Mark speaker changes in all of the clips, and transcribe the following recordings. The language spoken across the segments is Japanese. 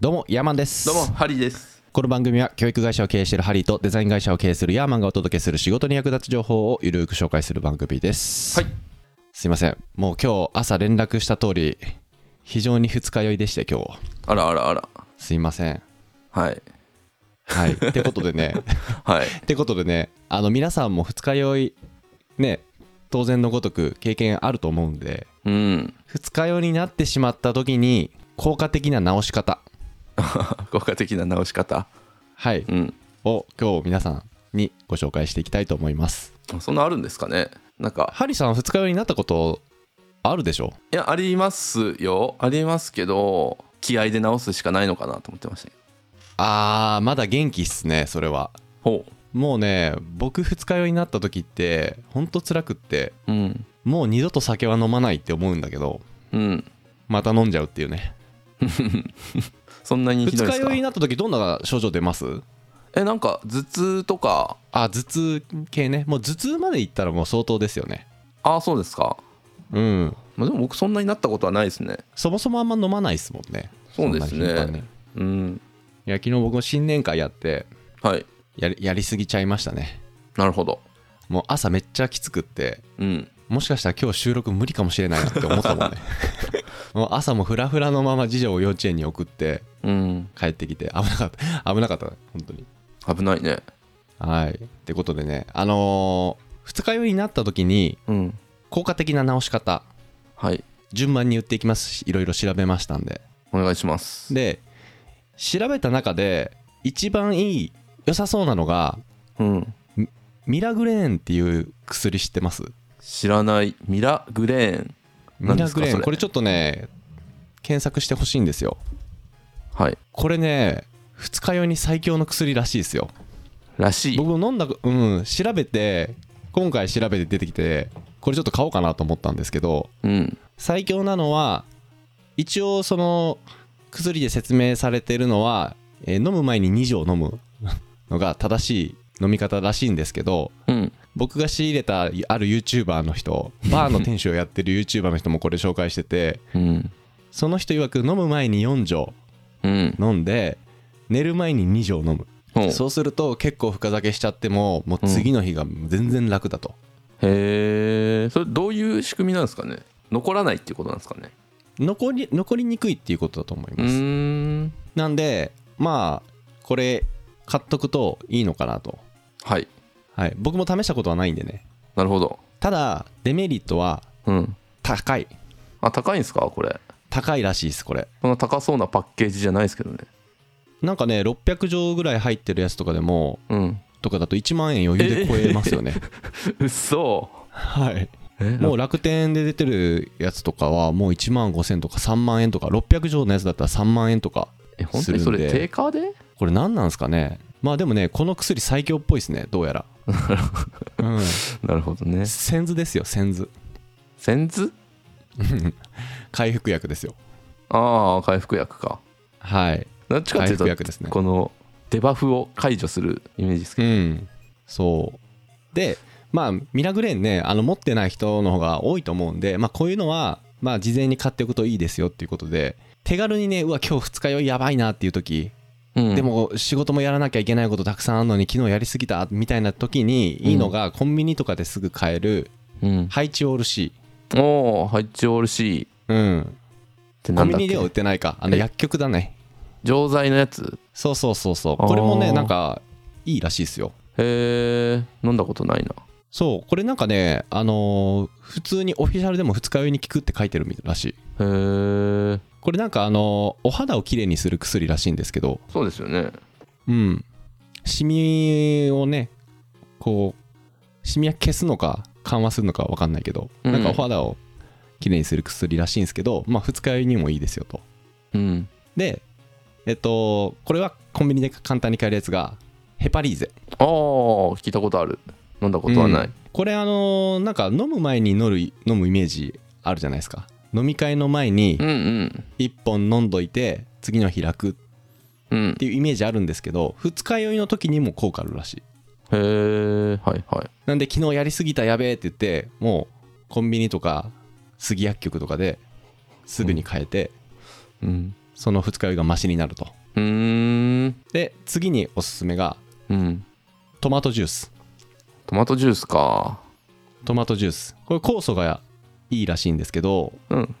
Speaker 1: どうもヤーマンです
Speaker 2: どうもハリーです
Speaker 1: この番組は教育会社を経営しているハリーとデザイン会社を経営するヤーマンがお届けする仕事に役立つ情報をゆるく紹介する番組です
Speaker 2: はい
Speaker 1: すいませんもう今日朝連絡した通り非常に二日酔いでして今日
Speaker 2: あらあらあら
Speaker 1: すいません
Speaker 2: はい
Speaker 1: はい ってことでね
Speaker 2: はい
Speaker 1: ってことでねあの皆さんも二日酔いね当然のごとく経験あると思うんで
Speaker 2: うん
Speaker 1: 二日酔いになってしまった時に効果的な直し方
Speaker 2: 効果的な直し方
Speaker 1: はい
Speaker 2: うん
Speaker 1: を今日皆さんにご紹介していきたいと思います
Speaker 2: そんなあるんですかねなんか
Speaker 1: ハリさん二日酔いになったことあるでしょ
Speaker 2: いやありますよありますけど気合で直すしかないのかなと思ってました
Speaker 1: あーまだ元気っすねそれは
Speaker 2: ほ
Speaker 1: もうね僕二日酔いになった時ってほんと辛くって
Speaker 2: ううん
Speaker 1: もう二度と酒は飲まないって思うんだけど
Speaker 2: うん
Speaker 1: また飲んじゃうっていうね
Speaker 2: そんなに
Speaker 1: 二
Speaker 2: ひどいで
Speaker 1: 日
Speaker 2: す
Speaker 1: 酔
Speaker 2: か
Speaker 1: いになった時どんな症状出ます
Speaker 2: えなんか頭痛とか
Speaker 1: あ頭痛系ねもう頭痛までいったらもう相当ですよね
Speaker 2: ああそうですか
Speaker 1: うん
Speaker 2: まあでも僕そんなになったことはないですね
Speaker 1: そもそもあんま飲まないっすもんね
Speaker 2: そうですね
Speaker 1: んな頻繁に
Speaker 2: うん
Speaker 1: いや昨日僕も新年会やって
Speaker 2: はい
Speaker 1: やりやりすぎちゃいましたね
Speaker 2: なるほど
Speaker 1: もう朝めっちゃきつくって
Speaker 2: うん
Speaker 1: もしかしたら今日収録無理かもしれないなって思ったも んねもう朝もフラフラのまま次女を幼稚園に送って
Speaker 2: うん
Speaker 1: 帰ってきて危なかった危なかった本当に
Speaker 2: 危ないね
Speaker 1: はいってことでねあのー、二日酔いになった時に
Speaker 2: うん
Speaker 1: 効果的な直し方
Speaker 2: はい
Speaker 1: 順番に言っていきますしいろいろ調べましたんで
Speaker 2: お願いします
Speaker 1: で調べた中で一番いい良さそうなのが
Speaker 2: うん
Speaker 1: ミラグレーンっていう薬知ってます
Speaker 2: 知らないミラグレーン
Speaker 1: ミ
Speaker 2: 何
Speaker 1: ラ
Speaker 2: です
Speaker 1: グ
Speaker 2: か
Speaker 1: レーン
Speaker 2: それ
Speaker 1: これちょっとね検索してほしいんですよ
Speaker 2: はい
Speaker 1: これね二日酔いに最強の薬らしいですよ
Speaker 2: らしい
Speaker 1: 僕も飲んだうん調べて今回調べて出てきてこれちょっと買おうかなと思ったんですけど
Speaker 2: うん
Speaker 1: 最強なのは一応その薬で説明されてるのは、えー飲む前に2錠飲む のが正しい飲み方らしいんですけど
Speaker 2: うん
Speaker 1: 僕が仕入れたある YouTuber の人バーの店主をやってる YouTuber の人もこれ紹介してて
Speaker 2: うん
Speaker 1: その人曰く飲む前に4錠
Speaker 2: うん
Speaker 1: 飲んで寝る前に2錠飲む
Speaker 2: ほうへ
Speaker 1: そうすると結構深酒しちゃってももう次の日が全然楽だと、
Speaker 2: えそれどういう仕組みなんですかね残らないっていうことなんですかね
Speaker 1: 残り残りにくいっていうことだと思いうます、
Speaker 2: ーん
Speaker 1: なんでまあこれ買っとくといいのかなと、
Speaker 2: はい
Speaker 1: はい、僕も試したことはないんでね
Speaker 2: なるほど
Speaker 1: ただデメリットは
Speaker 2: うん
Speaker 1: 高い
Speaker 2: あ高いんですかこれ
Speaker 1: 高いらしいですこれ
Speaker 2: そんな高そうなパッケージじゃないですけどね
Speaker 1: なんかね600錠ぐらい入ってるやつとかでも
Speaker 2: うん
Speaker 1: とかだと1万円余裕で超えますよね、
Speaker 2: うっそ
Speaker 1: はい
Speaker 2: え
Speaker 1: もう楽天で出てるやつとかはもう1万5000とか3万円とか600錠のやつだったら3万円とか
Speaker 2: え本当にそ
Speaker 1: するん
Speaker 2: れ
Speaker 1: で
Speaker 2: 定価で
Speaker 1: これ何なんですかねまあでもねこの薬最強っぽいですねどう やらうん
Speaker 2: なるほどね
Speaker 1: 先図ですよ先図
Speaker 2: センズ
Speaker 1: 回復薬ですよ
Speaker 2: ああ回復薬か
Speaker 1: はい
Speaker 2: どっちかっ
Speaker 1: 回
Speaker 2: ていうと
Speaker 1: 復薬ですね
Speaker 2: このデバフを解除するイメージです
Speaker 1: う
Speaker 2: け
Speaker 1: んそうでまあミラグレーンねあの持ってない人の方が多いと思うんで、まあ、こういうのは、まあ、事前に買っておくといいですよっていうことで手軽にねうわ今日二日酔いやばいなっていう時
Speaker 2: ど、うん
Speaker 1: でも仕事もやらなきゃいけないことたくさんあるのに昨日やりすぎたみたいな時にいいのがコンビニとかですぐ買える
Speaker 2: うん、
Speaker 1: ハイチオール C
Speaker 2: おおハイチオール C っ
Speaker 1: うん
Speaker 2: て
Speaker 1: コ
Speaker 2: な
Speaker 1: ン
Speaker 2: ん
Speaker 1: ビ
Speaker 2: だっ
Speaker 1: ニ
Speaker 2: け
Speaker 1: では売ってないかあの
Speaker 2: え
Speaker 1: 薬局だね
Speaker 2: 錠剤のやつ
Speaker 1: そうそうそうそう
Speaker 2: あー
Speaker 1: これもねなんかいいらしいですよ
Speaker 2: へえ飲んだことないな
Speaker 1: そうこれなんかねあのー普通にオフィシャルでも二日酔いに効くって書いてるらしい
Speaker 2: へえ
Speaker 1: これなんかあのーお肌をきれいにする薬らしいんですけど
Speaker 2: そうですよね
Speaker 1: うんシミをねこうシミは消すのか緩和するのか分かんないけど、
Speaker 2: うん
Speaker 1: なんかお肌をきれいにする薬らしいんですけどまあ二日酔いにもいいですよと
Speaker 2: うん
Speaker 1: でえっとこれはコンビニで簡単に買えるやつがヘパリーゼ
Speaker 2: ああ聞いたことある飲んだことはない、
Speaker 1: うんこれあのーなんか飲む前に飲る飲むイメージあるじゃないですか飲み会の前に
Speaker 2: うん、うん
Speaker 1: 1本飲んどいて次の日楽っ
Speaker 2: うん
Speaker 1: ていうイメージあるんですけど二日酔いの時にも効果あるらしい
Speaker 2: へえはいはい
Speaker 1: なんで昨日やりすぎたやべえって言ってもうコンビニとか杉薬局とかですぐに変えて、
Speaker 2: うん
Speaker 1: その二日酔いがマシになると
Speaker 2: うーん
Speaker 1: で次におすすめが
Speaker 2: うん
Speaker 1: トマトジュース
Speaker 2: トマトジュースか
Speaker 1: トマトジュースこれ酵素がいいらしいんですけど
Speaker 2: うん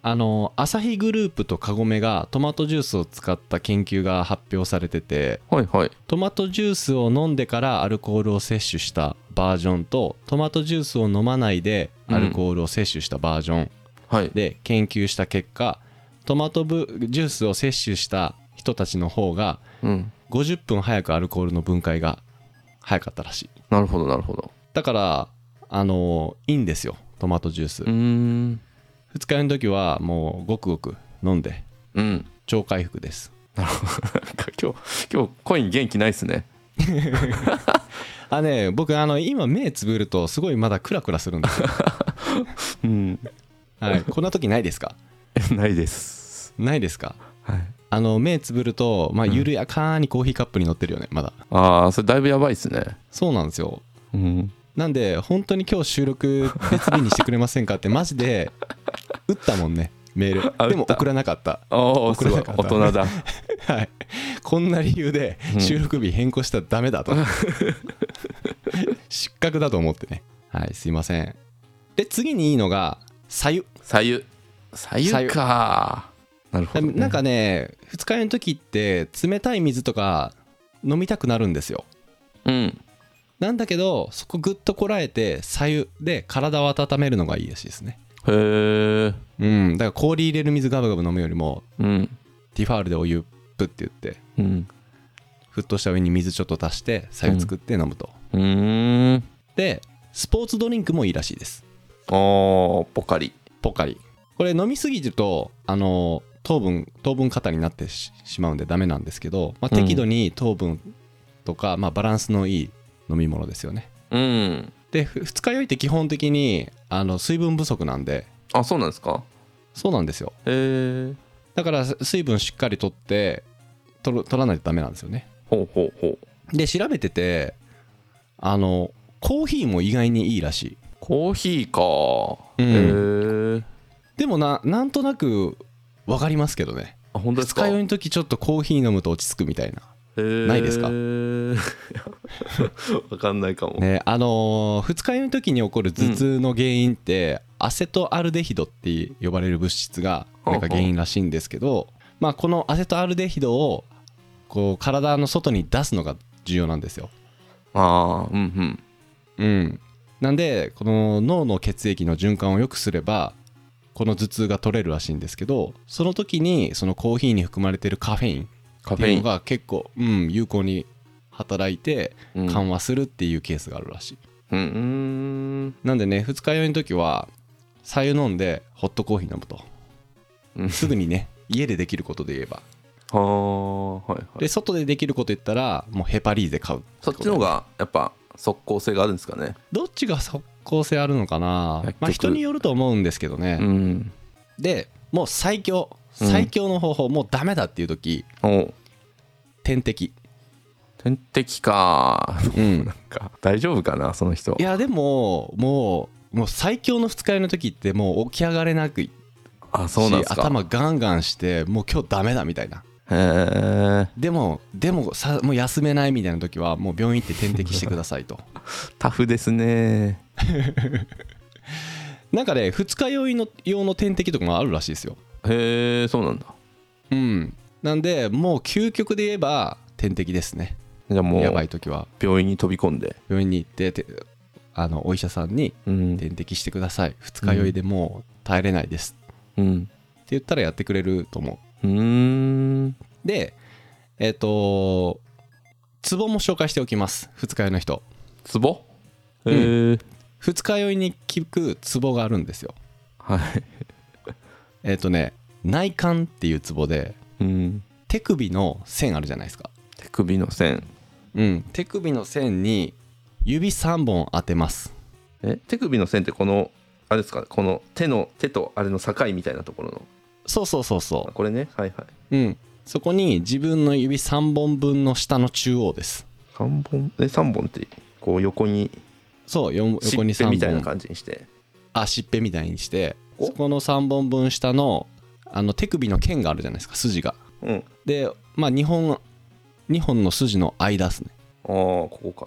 Speaker 1: あのアサヒグループとカゴメがトマトジュースを使った研究が発表されてて
Speaker 2: はいはい
Speaker 1: トマトジュースを飲んでからアルコールを摂取したバージョンとトマトジュースを飲まないでアルコールを摂取したバージョン
Speaker 2: はい
Speaker 1: で研究した結果トマトブジュースを摂取した人たちの方が
Speaker 2: うん
Speaker 1: 50分早くアルコールの分解が早かったらしい
Speaker 2: なるほどなるほど
Speaker 1: だからあのいいんですよトマトジュース
Speaker 2: うーん
Speaker 1: 二日酔いの時はもうごくごく飲んで
Speaker 2: うん
Speaker 1: 超回復です
Speaker 2: なんか今日今日コイン元気ないっすね
Speaker 1: あね僕あの今目つぶるとすごいまだクラクラするん ですよ、
Speaker 2: うん
Speaker 1: はい、こんな時ないですか
Speaker 2: ないです
Speaker 1: ないですか
Speaker 2: はい
Speaker 1: あの目つぶると、まあ、
Speaker 2: うん
Speaker 1: 緩やかにコーヒーカップに乗ってるよねまだ
Speaker 2: ああそれだいぶやばいっすね
Speaker 1: そうなんですよ
Speaker 2: うん
Speaker 1: なんで本当に今日収録別日にしてくれませんかって マジで打ったもんねメー
Speaker 2: あ
Speaker 1: ルでも
Speaker 2: 打った
Speaker 1: 送らなかった
Speaker 2: ああすごい
Speaker 1: 送らなかった
Speaker 2: 大人 だ
Speaker 1: はいこんな理由で
Speaker 2: うん
Speaker 1: 収録日変更したらダメだ と失格だと思ってねはいすいませんで次にいいのがさゆ
Speaker 2: 左右左右かなるほど、ね、
Speaker 1: なんかね二日酔いの時って冷たい水とか飲みたくなるんですよ
Speaker 2: うん
Speaker 1: なんだけどそこぐっとこらえて左右で体を温めるのがいいらしいですね
Speaker 2: へえ
Speaker 1: うんだから氷入れる水ガブガブ飲むよりも
Speaker 2: うん
Speaker 1: ティファールでお湯プって言って
Speaker 2: うん
Speaker 1: 沸騰した上に水ちょっと足して左右作って飲むと、
Speaker 2: うーん
Speaker 1: でスポーツドリンクもいいらしいです
Speaker 2: あーポカリ
Speaker 1: ポカリこれ飲みすぎるとあの糖分糖分過多になってししまうんでダメなんですけど、まあ、
Speaker 2: うん
Speaker 1: 適度に糖分とか、まあ、バランスのいい飲み物ですよね
Speaker 2: うん
Speaker 1: でふ二日酔いって基本的にあの水分不足なんで
Speaker 2: あそうなんですか
Speaker 1: そうなんですよ
Speaker 2: へえ
Speaker 1: だからす水分しっかりとってとる取らないとダメなんですよね
Speaker 2: ほうほうほう
Speaker 1: で調べててあのコーヒーも意外にいいらしい
Speaker 2: コーヒーか、
Speaker 1: うん
Speaker 2: へえ
Speaker 1: でもななんとなくわかりますけどね
Speaker 2: あ本当です
Speaker 1: 二
Speaker 2: か
Speaker 1: 日酔いの時ちょっとコーヒー飲むと落ち着くみたいなないですか
Speaker 2: か わかんないかも、
Speaker 1: ねあのー二日酔いの時に起こる頭痛の原因って、アセトアルデヒドって呼ばれる物質が
Speaker 2: ほう
Speaker 1: なん
Speaker 2: ほう
Speaker 1: か原因らしいんですけど、まあ、このアセトアルデヒドをこう体の外に出すのが重要なんですよ、
Speaker 2: ああうん
Speaker 1: うん、なんでこの脳の血液の循環を良くすればこの頭痛が取れるらしいんですけどその時にそのコーヒーに含まれてるカフェイン
Speaker 2: カ
Speaker 1: っていうのが結構、うん、有効に働いて
Speaker 2: うんうん
Speaker 1: 緩和するっていうケースがあるらしい、
Speaker 2: うん
Speaker 1: なんでね二日酔いの時は白湯飲んでホットコーヒー飲むと
Speaker 2: うん
Speaker 1: すぐに ね家でできることで言えば
Speaker 2: あーはいはい
Speaker 1: で外でできること言ったらもうヘパリーゼ買う
Speaker 2: そっちの方がやっぱ即効性があるんですかね
Speaker 1: どっちが即効性あるのかな
Speaker 2: 薬局
Speaker 1: まあ人によると思うんですけどね、
Speaker 2: ん
Speaker 1: でもう最強
Speaker 2: うん
Speaker 1: 最強の方法、もうダメだっていう時
Speaker 2: お
Speaker 1: 点滴
Speaker 2: 天敵か
Speaker 1: うん
Speaker 2: なんか大丈夫かなその人
Speaker 1: いやでももうもう最強の二日酔いの時ってもう起き上がれなくい
Speaker 2: あそうなんですか
Speaker 1: 頭ガンガンしてもう今日ダメだみたいな
Speaker 2: へえ
Speaker 1: でもでもさもう休めないみたいな時はもう病院行って点滴してください と
Speaker 2: タフですね
Speaker 1: なんかね二日酔いの用の点滴とかもあるらしいですよ
Speaker 2: へえそうなんだ
Speaker 1: うんなんでもう究極で言えば点滴ですね
Speaker 2: じゃあも
Speaker 1: やば
Speaker 2: う
Speaker 1: い時は
Speaker 2: 病院に飛び込んで
Speaker 1: 病院に行っててあのお医者さんに
Speaker 2: うん
Speaker 1: 点滴してください二日酔いでもう耐えれないです
Speaker 2: うん
Speaker 1: って言ったらやってくれると思
Speaker 2: うーん
Speaker 1: うでえっ、とツボも紹介しておきます二日酔いの人
Speaker 2: ツボへえ
Speaker 1: 二日酔いに効くツボがあるんですよ
Speaker 2: はい
Speaker 1: えっ、とね内観っていうツボで
Speaker 2: うん
Speaker 1: 手首の線あるじゃないですか、
Speaker 2: 手首の線
Speaker 1: うん、手首の線に指3本当てます
Speaker 2: え手首の線ってこのあれですかこの手の手とあれの境みたいなところの
Speaker 1: そうそうそうそ、
Speaker 2: あこれねはいはいう
Speaker 1: うん、そこに自分の指3本分の下の中央です
Speaker 2: 3本え三本ってこう横に
Speaker 1: そうよん
Speaker 2: し
Speaker 1: 横に
Speaker 2: っ
Speaker 1: 3
Speaker 2: ぺ
Speaker 1: 本
Speaker 2: みたいな感じにして
Speaker 1: あしっぺみたいにして
Speaker 2: お
Speaker 1: そこの3本分下のあの手首の剣があるじゃないですか筋が
Speaker 2: うん
Speaker 1: でまあ2本2本の筋の間ですね
Speaker 2: ああここか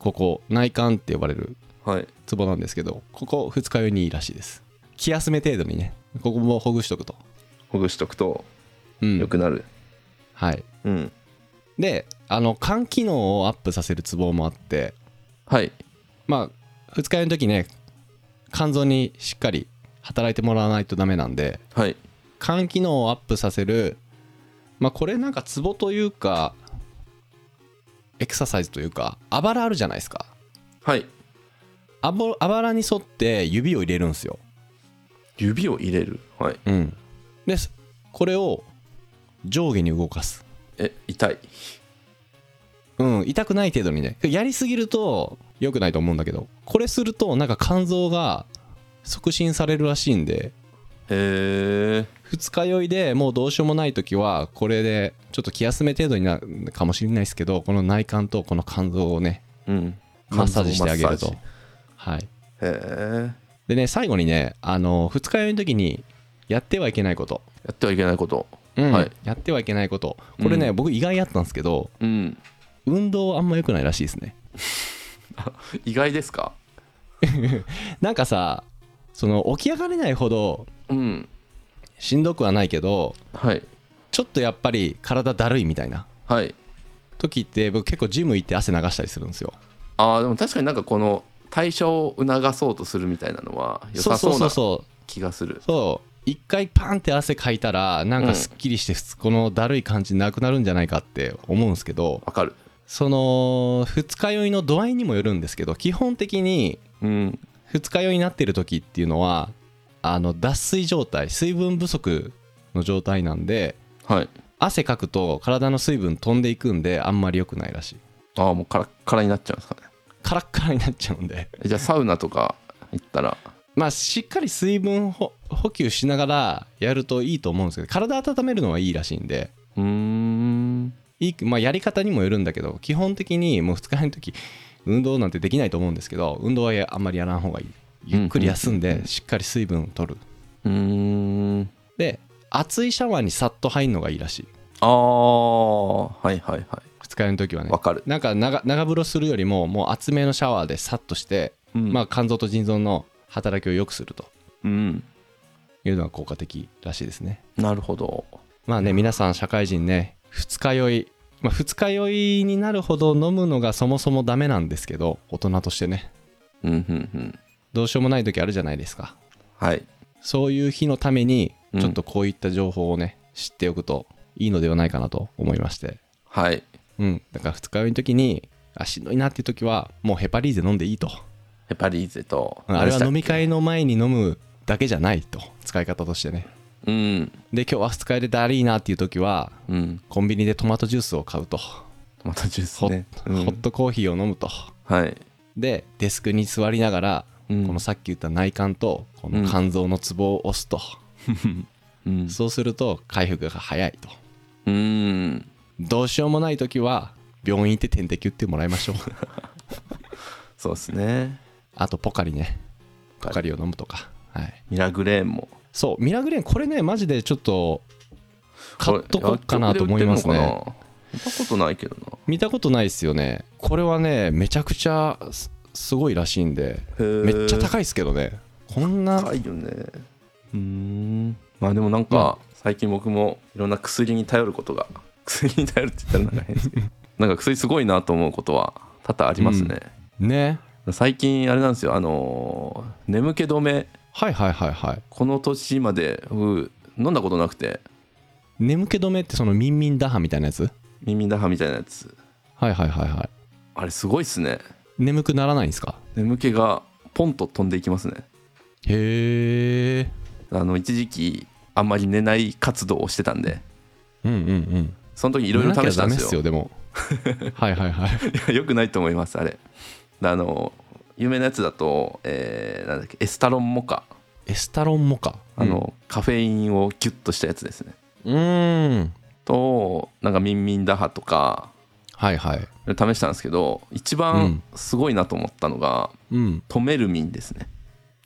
Speaker 1: ここ内管って呼ばれる
Speaker 2: なはい
Speaker 1: ツボなんですけどここ二日酔いにいいらしいです気休め程度にねここもほぐしとくと
Speaker 2: ほぐしとくと
Speaker 1: うん
Speaker 2: 良くなる
Speaker 1: はい
Speaker 2: うん、
Speaker 1: であの肝機能をアップさせるツボもあって
Speaker 2: はい
Speaker 1: まあ二日酔いの時ね肝臓にしっかり働いてもらわないとダメなんで
Speaker 2: はい
Speaker 1: 肝機能をアップさせるまあこれなんかツボというかエクササイズというかあばらあるじゃないですか
Speaker 2: はい
Speaker 1: あぼあばらに沿って指を入れるんですよ
Speaker 2: 指を入れるはい
Speaker 1: うんでこれを上下に動かす
Speaker 2: え痛い
Speaker 1: うん痛くない程度にねやりすぎると良くないと思うんだけどこれするとなんか肝臓が促進されるらしいんで
Speaker 2: へえ
Speaker 1: 二日酔いでもうどうしようもない時はこれでちょっと気休め程度になるかもしれないですけどこの内肝とこの肝臓をね
Speaker 2: うん
Speaker 1: マッサージしてあげると
Speaker 2: へ
Speaker 1: はい
Speaker 2: え
Speaker 1: でね最後にねあの二日酔いの時にやってはいけないこと、
Speaker 2: やってはいけないこと
Speaker 1: うん
Speaker 2: はい
Speaker 1: やってはいけないことこれね、
Speaker 2: うん
Speaker 1: 僕意外やったんですけど
Speaker 2: うん
Speaker 1: 運動はあんま良くないらしいですね
Speaker 2: 意外ですか
Speaker 1: なんかさその起き上がれないほど
Speaker 2: うん
Speaker 1: しんどくはないけど
Speaker 2: はい
Speaker 1: ちょっとやっぱり体だるいみたいな
Speaker 2: はい
Speaker 1: 時って僕結構ジム行って汗流したりするんですよ
Speaker 2: あーでも確かになんかこの代謝を促そうとするみたいなのは良
Speaker 1: そう
Speaker 2: さ
Speaker 1: そう
Speaker 2: そう
Speaker 1: そ
Speaker 2: な
Speaker 1: うそう
Speaker 2: 気がする
Speaker 1: そう一回パンって汗かいたらなん
Speaker 2: う
Speaker 1: か
Speaker 2: ん
Speaker 1: すっきりしてこのだるい感じなくなるんじゃないかって思うんですけど
Speaker 2: わかる
Speaker 1: その二日酔いの度合いにもよるんですけど基本的に
Speaker 2: うん
Speaker 1: 二日酔いになってる時っていうのはあの脱水状態水分不足の状態なんで
Speaker 2: はい
Speaker 1: 汗かくと体の水分飛んでいくんであんまり良くないらしい
Speaker 2: ああもうカラッカラになっちゃうんですかね
Speaker 1: カラッカラになっちゃうんで
Speaker 2: えじゃあサウナとか行ったら
Speaker 1: まあしっかり水分補補給しながらやるといいと思うんですけど体温めるのはいいらしいんで
Speaker 2: うーん
Speaker 1: いいまあ、やり方にもよるんだけど基本的にもう二日酔いの時運動なんてできないと思うんですけど運動はやあんまりやらん方がいいゆっくり休ん
Speaker 2: うんうんう
Speaker 1: で
Speaker 2: ん
Speaker 1: しっかり水分を取る
Speaker 2: うーん
Speaker 1: で熱いシャワーにさっと入るのがいいらしい
Speaker 2: ああはいはいは
Speaker 1: 二日酔いの時はいね
Speaker 2: わかる
Speaker 1: なんか長長風呂するよりももう厚めのシャワーでさっとして、
Speaker 2: うん
Speaker 1: まあ、肝臓と腎臓の働きを良くすると
Speaker 2: うん
Speaker 1: いうのが効果的らしいですね
Speaker 2: なるほど
Speaker 1: まあね皆さん社会人ね二日酔い、まあ、二日酔いになるほど飲むのがそもそもダメなんですけど大人としてね
Speaker 2: うんうんうん
Speaker 1: どうしようもない時あるじゃないですか
Speaker 2: はい
Speaker 1: そういう日のために
Speaker 2: うん
Speaker 1: ちょっとこういった情報をね、知っておくといいのではないかなと思いまして
Speaker 2: はい
Speaker 1: うんだから二日酔いの時にあしんどいなっていう時はもうヘパリーゼ飲んでいいと
Speaker 2: ヘパリーゼと
Speaker 1: あれは飲
Speaker 2: み
Speaker 1: み会の前に飲むだけじゃないと使い方としてね
Speaker 2: うん
Speaker 1: で今日は二日酔いでだるいなっていう時は
Speaker 2: うん
Speaker 1: コンビニでトマトジュースを買うと
Speaker 2: トマトジュース
Speaker 1: ホッ,、
Speaker 2: ねう
Speaker 1: ホッ
Speaker 2: ん
Speaker 1: トコーヒーを飲むと
Speaker 2: はい
Speaker 1: でデスクに座りながら、
Speaker 2: うん
Speaker 1: このさっき言った内肝とこの肝臓のツボを押すと、
Speaker 2: うん
Speaker 1: そうすると回復が早いと。
Speaker 2: うん
Speaker 1: どうしようもない時は病院行って点滴打ってもらいまし ょう。
Speaker 2: そうですね
Speaker 1: あとポカリね。ポカリを飲むとか。はい。
Speaker 2: ミラグレーンも
Speaker 1: そう、ミラグレーン、これね、マジでちょっと買っとこっかなと思います
Speaker 2: こ
Speaker 1: ね。
Speaker 2: れ薬局で売ってんのかな見たことないけどな
Speaker 1: 見たことないですよね。これはね、めちゃくちゃすすごいらしいんで、めっちゃ高いですけどね。こんな、
Speaker 2: 高いよねうーんまあでもなんか最近僕もいろんな薬に頼ることが 薬に頼るって言ったらなんか変です けどなんか薬すごいなと思うことは多々ありますね、
Speaker 1: ね。
Speaker 2: 最近あれなんですよあのー眠気止め
Speaker 1: はいはいはいはい。
Speaker 2: この年まで僕飲んだことなくて
Speaker 1: 眠気止めってそのミンミン打破みたいなやつ
Speaker 2: 耳打破みたいなやつ
Speaker 1: はいはいはいはい。
Speaker 2: あれすごいっすね
Speaker 1: 眠くならないんですか
Speaker 2: 眠気がポンと飛んでいきますね
Speaker 1: へえ。
Speaker 2: あの一時期あんまり寝ない活動をしてたんで
Speaker 1: うんうんうん。
Speaker 2: その時いろいろ試したんですよ
Speaker 1: で もはいはいはい
Speaker 2: いやよくないと思いますあれあの有名なやつだと、えーなんだっけエスタロンモカ
Speaker 1: エスタロンモカ
Speaker 2: あの、カフェインをギュッとしたやつですね
Speaker 1: うんうーん
Speaker 2: となんかミンミンダハとか
Speaker 1: はいはい
Speaker 2: 試したんですけど一
Speaker 1: うん
Speaker 2: 番すごいなと思ったのが、
Speaker 1: うん
Speaker 2: トメルミンですね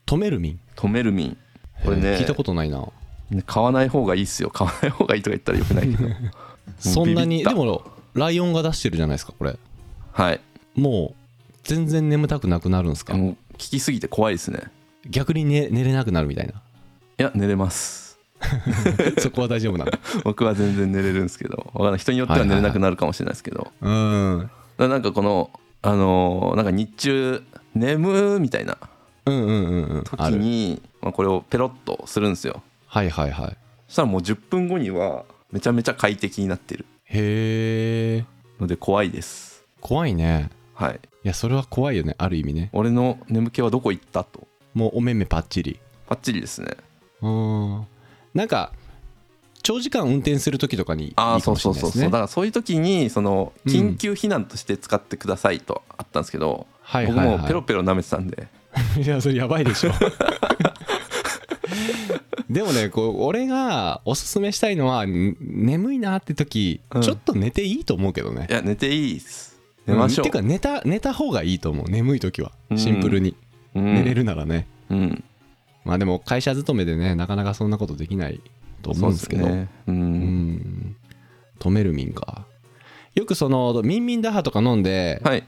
Speaker 1: トメルミン
Speaker 2: トメルミンこれね
Speaker 1: 聞いたことないな
Speaker 2: 買わない方がいいっすよ買わない方がいいとか言ったらよくないけど
Speaker 1: そんな
Speaker 2: ビビ
Speaker 1: に
Speaker 2: った
Speaker 1: でもライオンが出してるじゃないですかこれ
Speaker 2: はい
Speaker 1: もう全然眠たくなくなるんですか
Speaker 2: もう聞きすぎて怖いですね
Speaker 1: 逆に、ね、寝れなくなるみたい な
Speaker 2: いや寝れます
Speaker 1: そこは大丈夫なんだ
Speaker 2: 僕は全然寝れるんですけどわかんない人によっては寝れなくなるかもしれないですけど、
Speaker 1: うんうん
Speaker 2: だなんかこのあのーなんか日中眠みたいな
Speaker 1: うんうんうんあ
Speaker 2: 時
Speaker 1: る
Speaker 2: にまあ、これをペロッとするんですよ
Speaker 1: はいはいはい
Speaker 2: そしたらもう10分後にはめちゃめちゃ快適になってる
Speaker 1: へえ
Speaker 2: ので怖いです
Speaker 1: 怖いね
Speaker 2: はい
Speaker 1: いやそれは怖いよねある意味ね
Speaker 2: 俺の眠気はどこ行ったと
Speaker 1: もうお目目パッチリ
Speaker 2: パッチリですね
Speaker 1: うんなんか長時間運転する時とかにいいか
Speaker 2: ああ
Speaker 1: も
Speaker 2: そう
Speaker 1: しれ
Speaker 2: そう
Speaker 1: ない
Speaker 2: そ
Speaker 1: で
Speaker 2: う
Speaker 1: す
Speaker 2: そう
Speaker 1: ね
Speaker 2: だからそういう時にその
Speaker 1: うん
Speaker 2: 緊急避難として使ってくださいとあったんですけど、
Speaker 1: はい
Speaker 2: 僕
Speaker 1: はい
Speaker 2: も
Speaker 1: は
Speaker 2: ペロペロ舐めてたんで、
Speaker 1: いいやそれやばいで しょでもねこう俺がおすすめしたいのはん眠いなって時、
Speaker 2: うん
Speaker 1: ちょっと寝ていいと思うけどね
Speaker 2: い、や寝ていいっす寝ましょ
Speaker 1: ん
Speaker 2: う
Speaker 1: て、か寝た寝た方がいいと思う眠い時は
Speaker 2: うん
Speaker 1: シンプルに、
Speaker 2: うん、
Speaker 1: 寝れるならね
Speaker 2: うん
Speaker 1: まあでも会社勤めでねなかなかそんなことできないと思うんですけど
Speaker 2: そううっねううん、
Speaker 1: ん止める民かよくそのミンミンダハとか飲んで、
Speaker 2: はい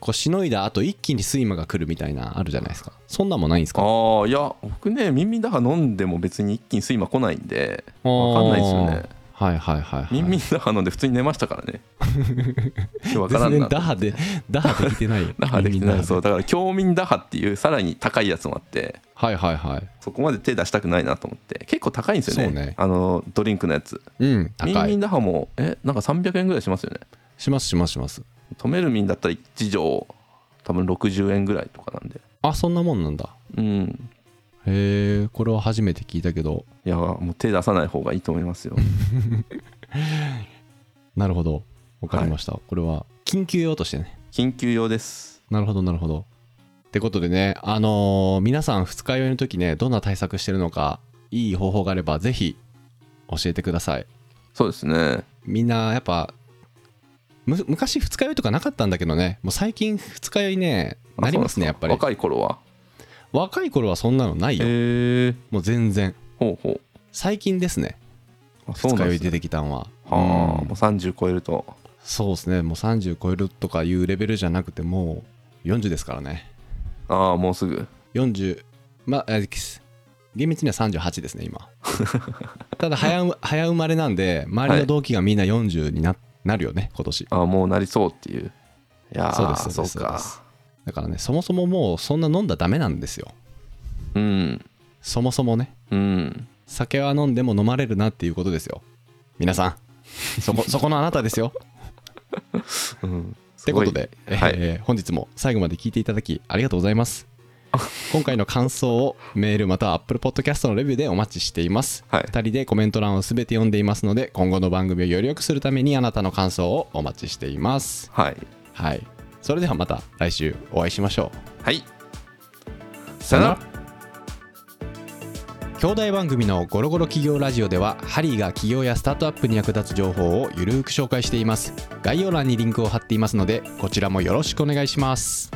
Speaker 1: こうしのいだ後一気に睡魔が来るみたいなあるじゃないですかそんなもんないんですか
Speaker 2: ああいや僕ね耳だハ飲んでも別に一気に睡魔来ないんで
Speaker 1: わ
Speaker 2: わかんないですよね
Speaker 1: はいはいはい、はい、
Speaker 2: 耳だハ飲んで普通に寝ましたから ね今日わから
Speaker 1: 全
Speaker 2: ん
Speaker 1: 然
Speaker 2: な
Speaker 1: ダハでダハできてないよ
Speaker 2: ダハでき
Speaker 1: ミン
Speaker 2: て
Speaker 1: ミン
Speaker 2: ないそうだから強民ダハっていうさらに高いやつもあって
Speaker 1: はいはいはい
Speaker 2: そこまで手出したくないなと思って結構高いんですよ
Speaker 1: そう
Speaker 2: ね
Speaker 1: ね
Speaker 2: あのドリンクのやつ
Speaker 1: うん
Speaker 2: ミン
Speaker 1: 高
Speaker 2: ミ
Speaker 1: い
Speaker 2: ンダハもえなんか300円ぐらいしますよね
Speaker 1: しますしますします
Speaker 2: 止めるミンだったら1錠多分60円ぐらいとかなんで
Speaker 1: あそんなもんなんだ
Speaker 2: うん
Speaker 1: へえこれは初めて聞いたけど
Speaker 2: いやもう手出さない方がいいと思いますよ
Speaker 1: なるほどわかりました、これは緊急用としてね
Speaker 2: 緊急用です
Speaker 1: なるほどなるほどってことでねあのー皆さん二日酔いの時ねどんな対策してるのかいい方法があればぜひ教えてください
Speaker 2: そうですね
Speaker 1: みんなやっぱむ昔二日酔いとかなかったんだけどねもう最近二日酔いね
Speaker 2: あ
Speaker 1: なりますね
Speaker 2: そ
Speaker 1: やっ
Speaker 2: うな
Speaker 1: ぱ
Speaker 2: んで
Speaker 1: り
Speaker 2: か若い頃は
Speaker 1: 若い頃はそんなのないよ、
Speaker 2: へえ
Speaker 1: もう全然
Speaker 2: ほうほう
Speaker 1: 最近ですね
Speaker 2: あそう
Speaker 1: 二
Speaker 2: な
Speaker 1: 日
Speaker 2: ん
Speaker 1: 酔い
Speaker 2: です
Speaker 1: 出
Speaker 2: ね
Speaker 1: てきたんは
Speaker 2: はあ
Speaker 1: うん
Speaker 2: もう30超えると
Speaker 1: そうですねもう30超えるとかいうレベルじゃなくてもう40ですからね
Speaker 2: ああもうすぐ
Speaker 1: 40まあえ厳密には38ですね 今ただ早う早生まれなんで周りの同期がみんな40にな,、なるよね今年
Speaker 2: ああもうなりそうっていういやー
Speaker 1: そうですそうです
Speaker 2: そうか
Speaker 1: そうですだからねそもそももうそんな飲んだらダメなんですよ
Speaker 2: うん
Speaker 1: そもそもね
Speaker 2: うん
Speaker 1: 酒は飲んでも飲まれるなっていうことですよ皆さん そこそこのあなたですよ
Speaker 2: うん
Speaker 1: ってことで、
Speaker 2: すごいはい
Speaker 1: えー本日も最後まで聞いていただきありがとうござい ます今回の感想をメールまたは Apple Podcast のレビューでお待ちしています、
Speaker 2: はい
Speaker 1: 2人でコメント欄を全て読んでいますので今後の番組をより良くするためにあなたの感想をお待ちしています
Speaker 2: はい
Speaker 1: はいそれではまた来週お会いしましょ
Speaker 2: はい。
Speaker 1: う
Speaker 2: さよなら。
Speaker 1: 兄弟番組の「ゴロゴロ企業ラジオ」ではハリーが企業やスタートアップに役立つ情報をゆるーく紹介しています概要欄にリンクを貼っていますのでこちらもよろしくお願いします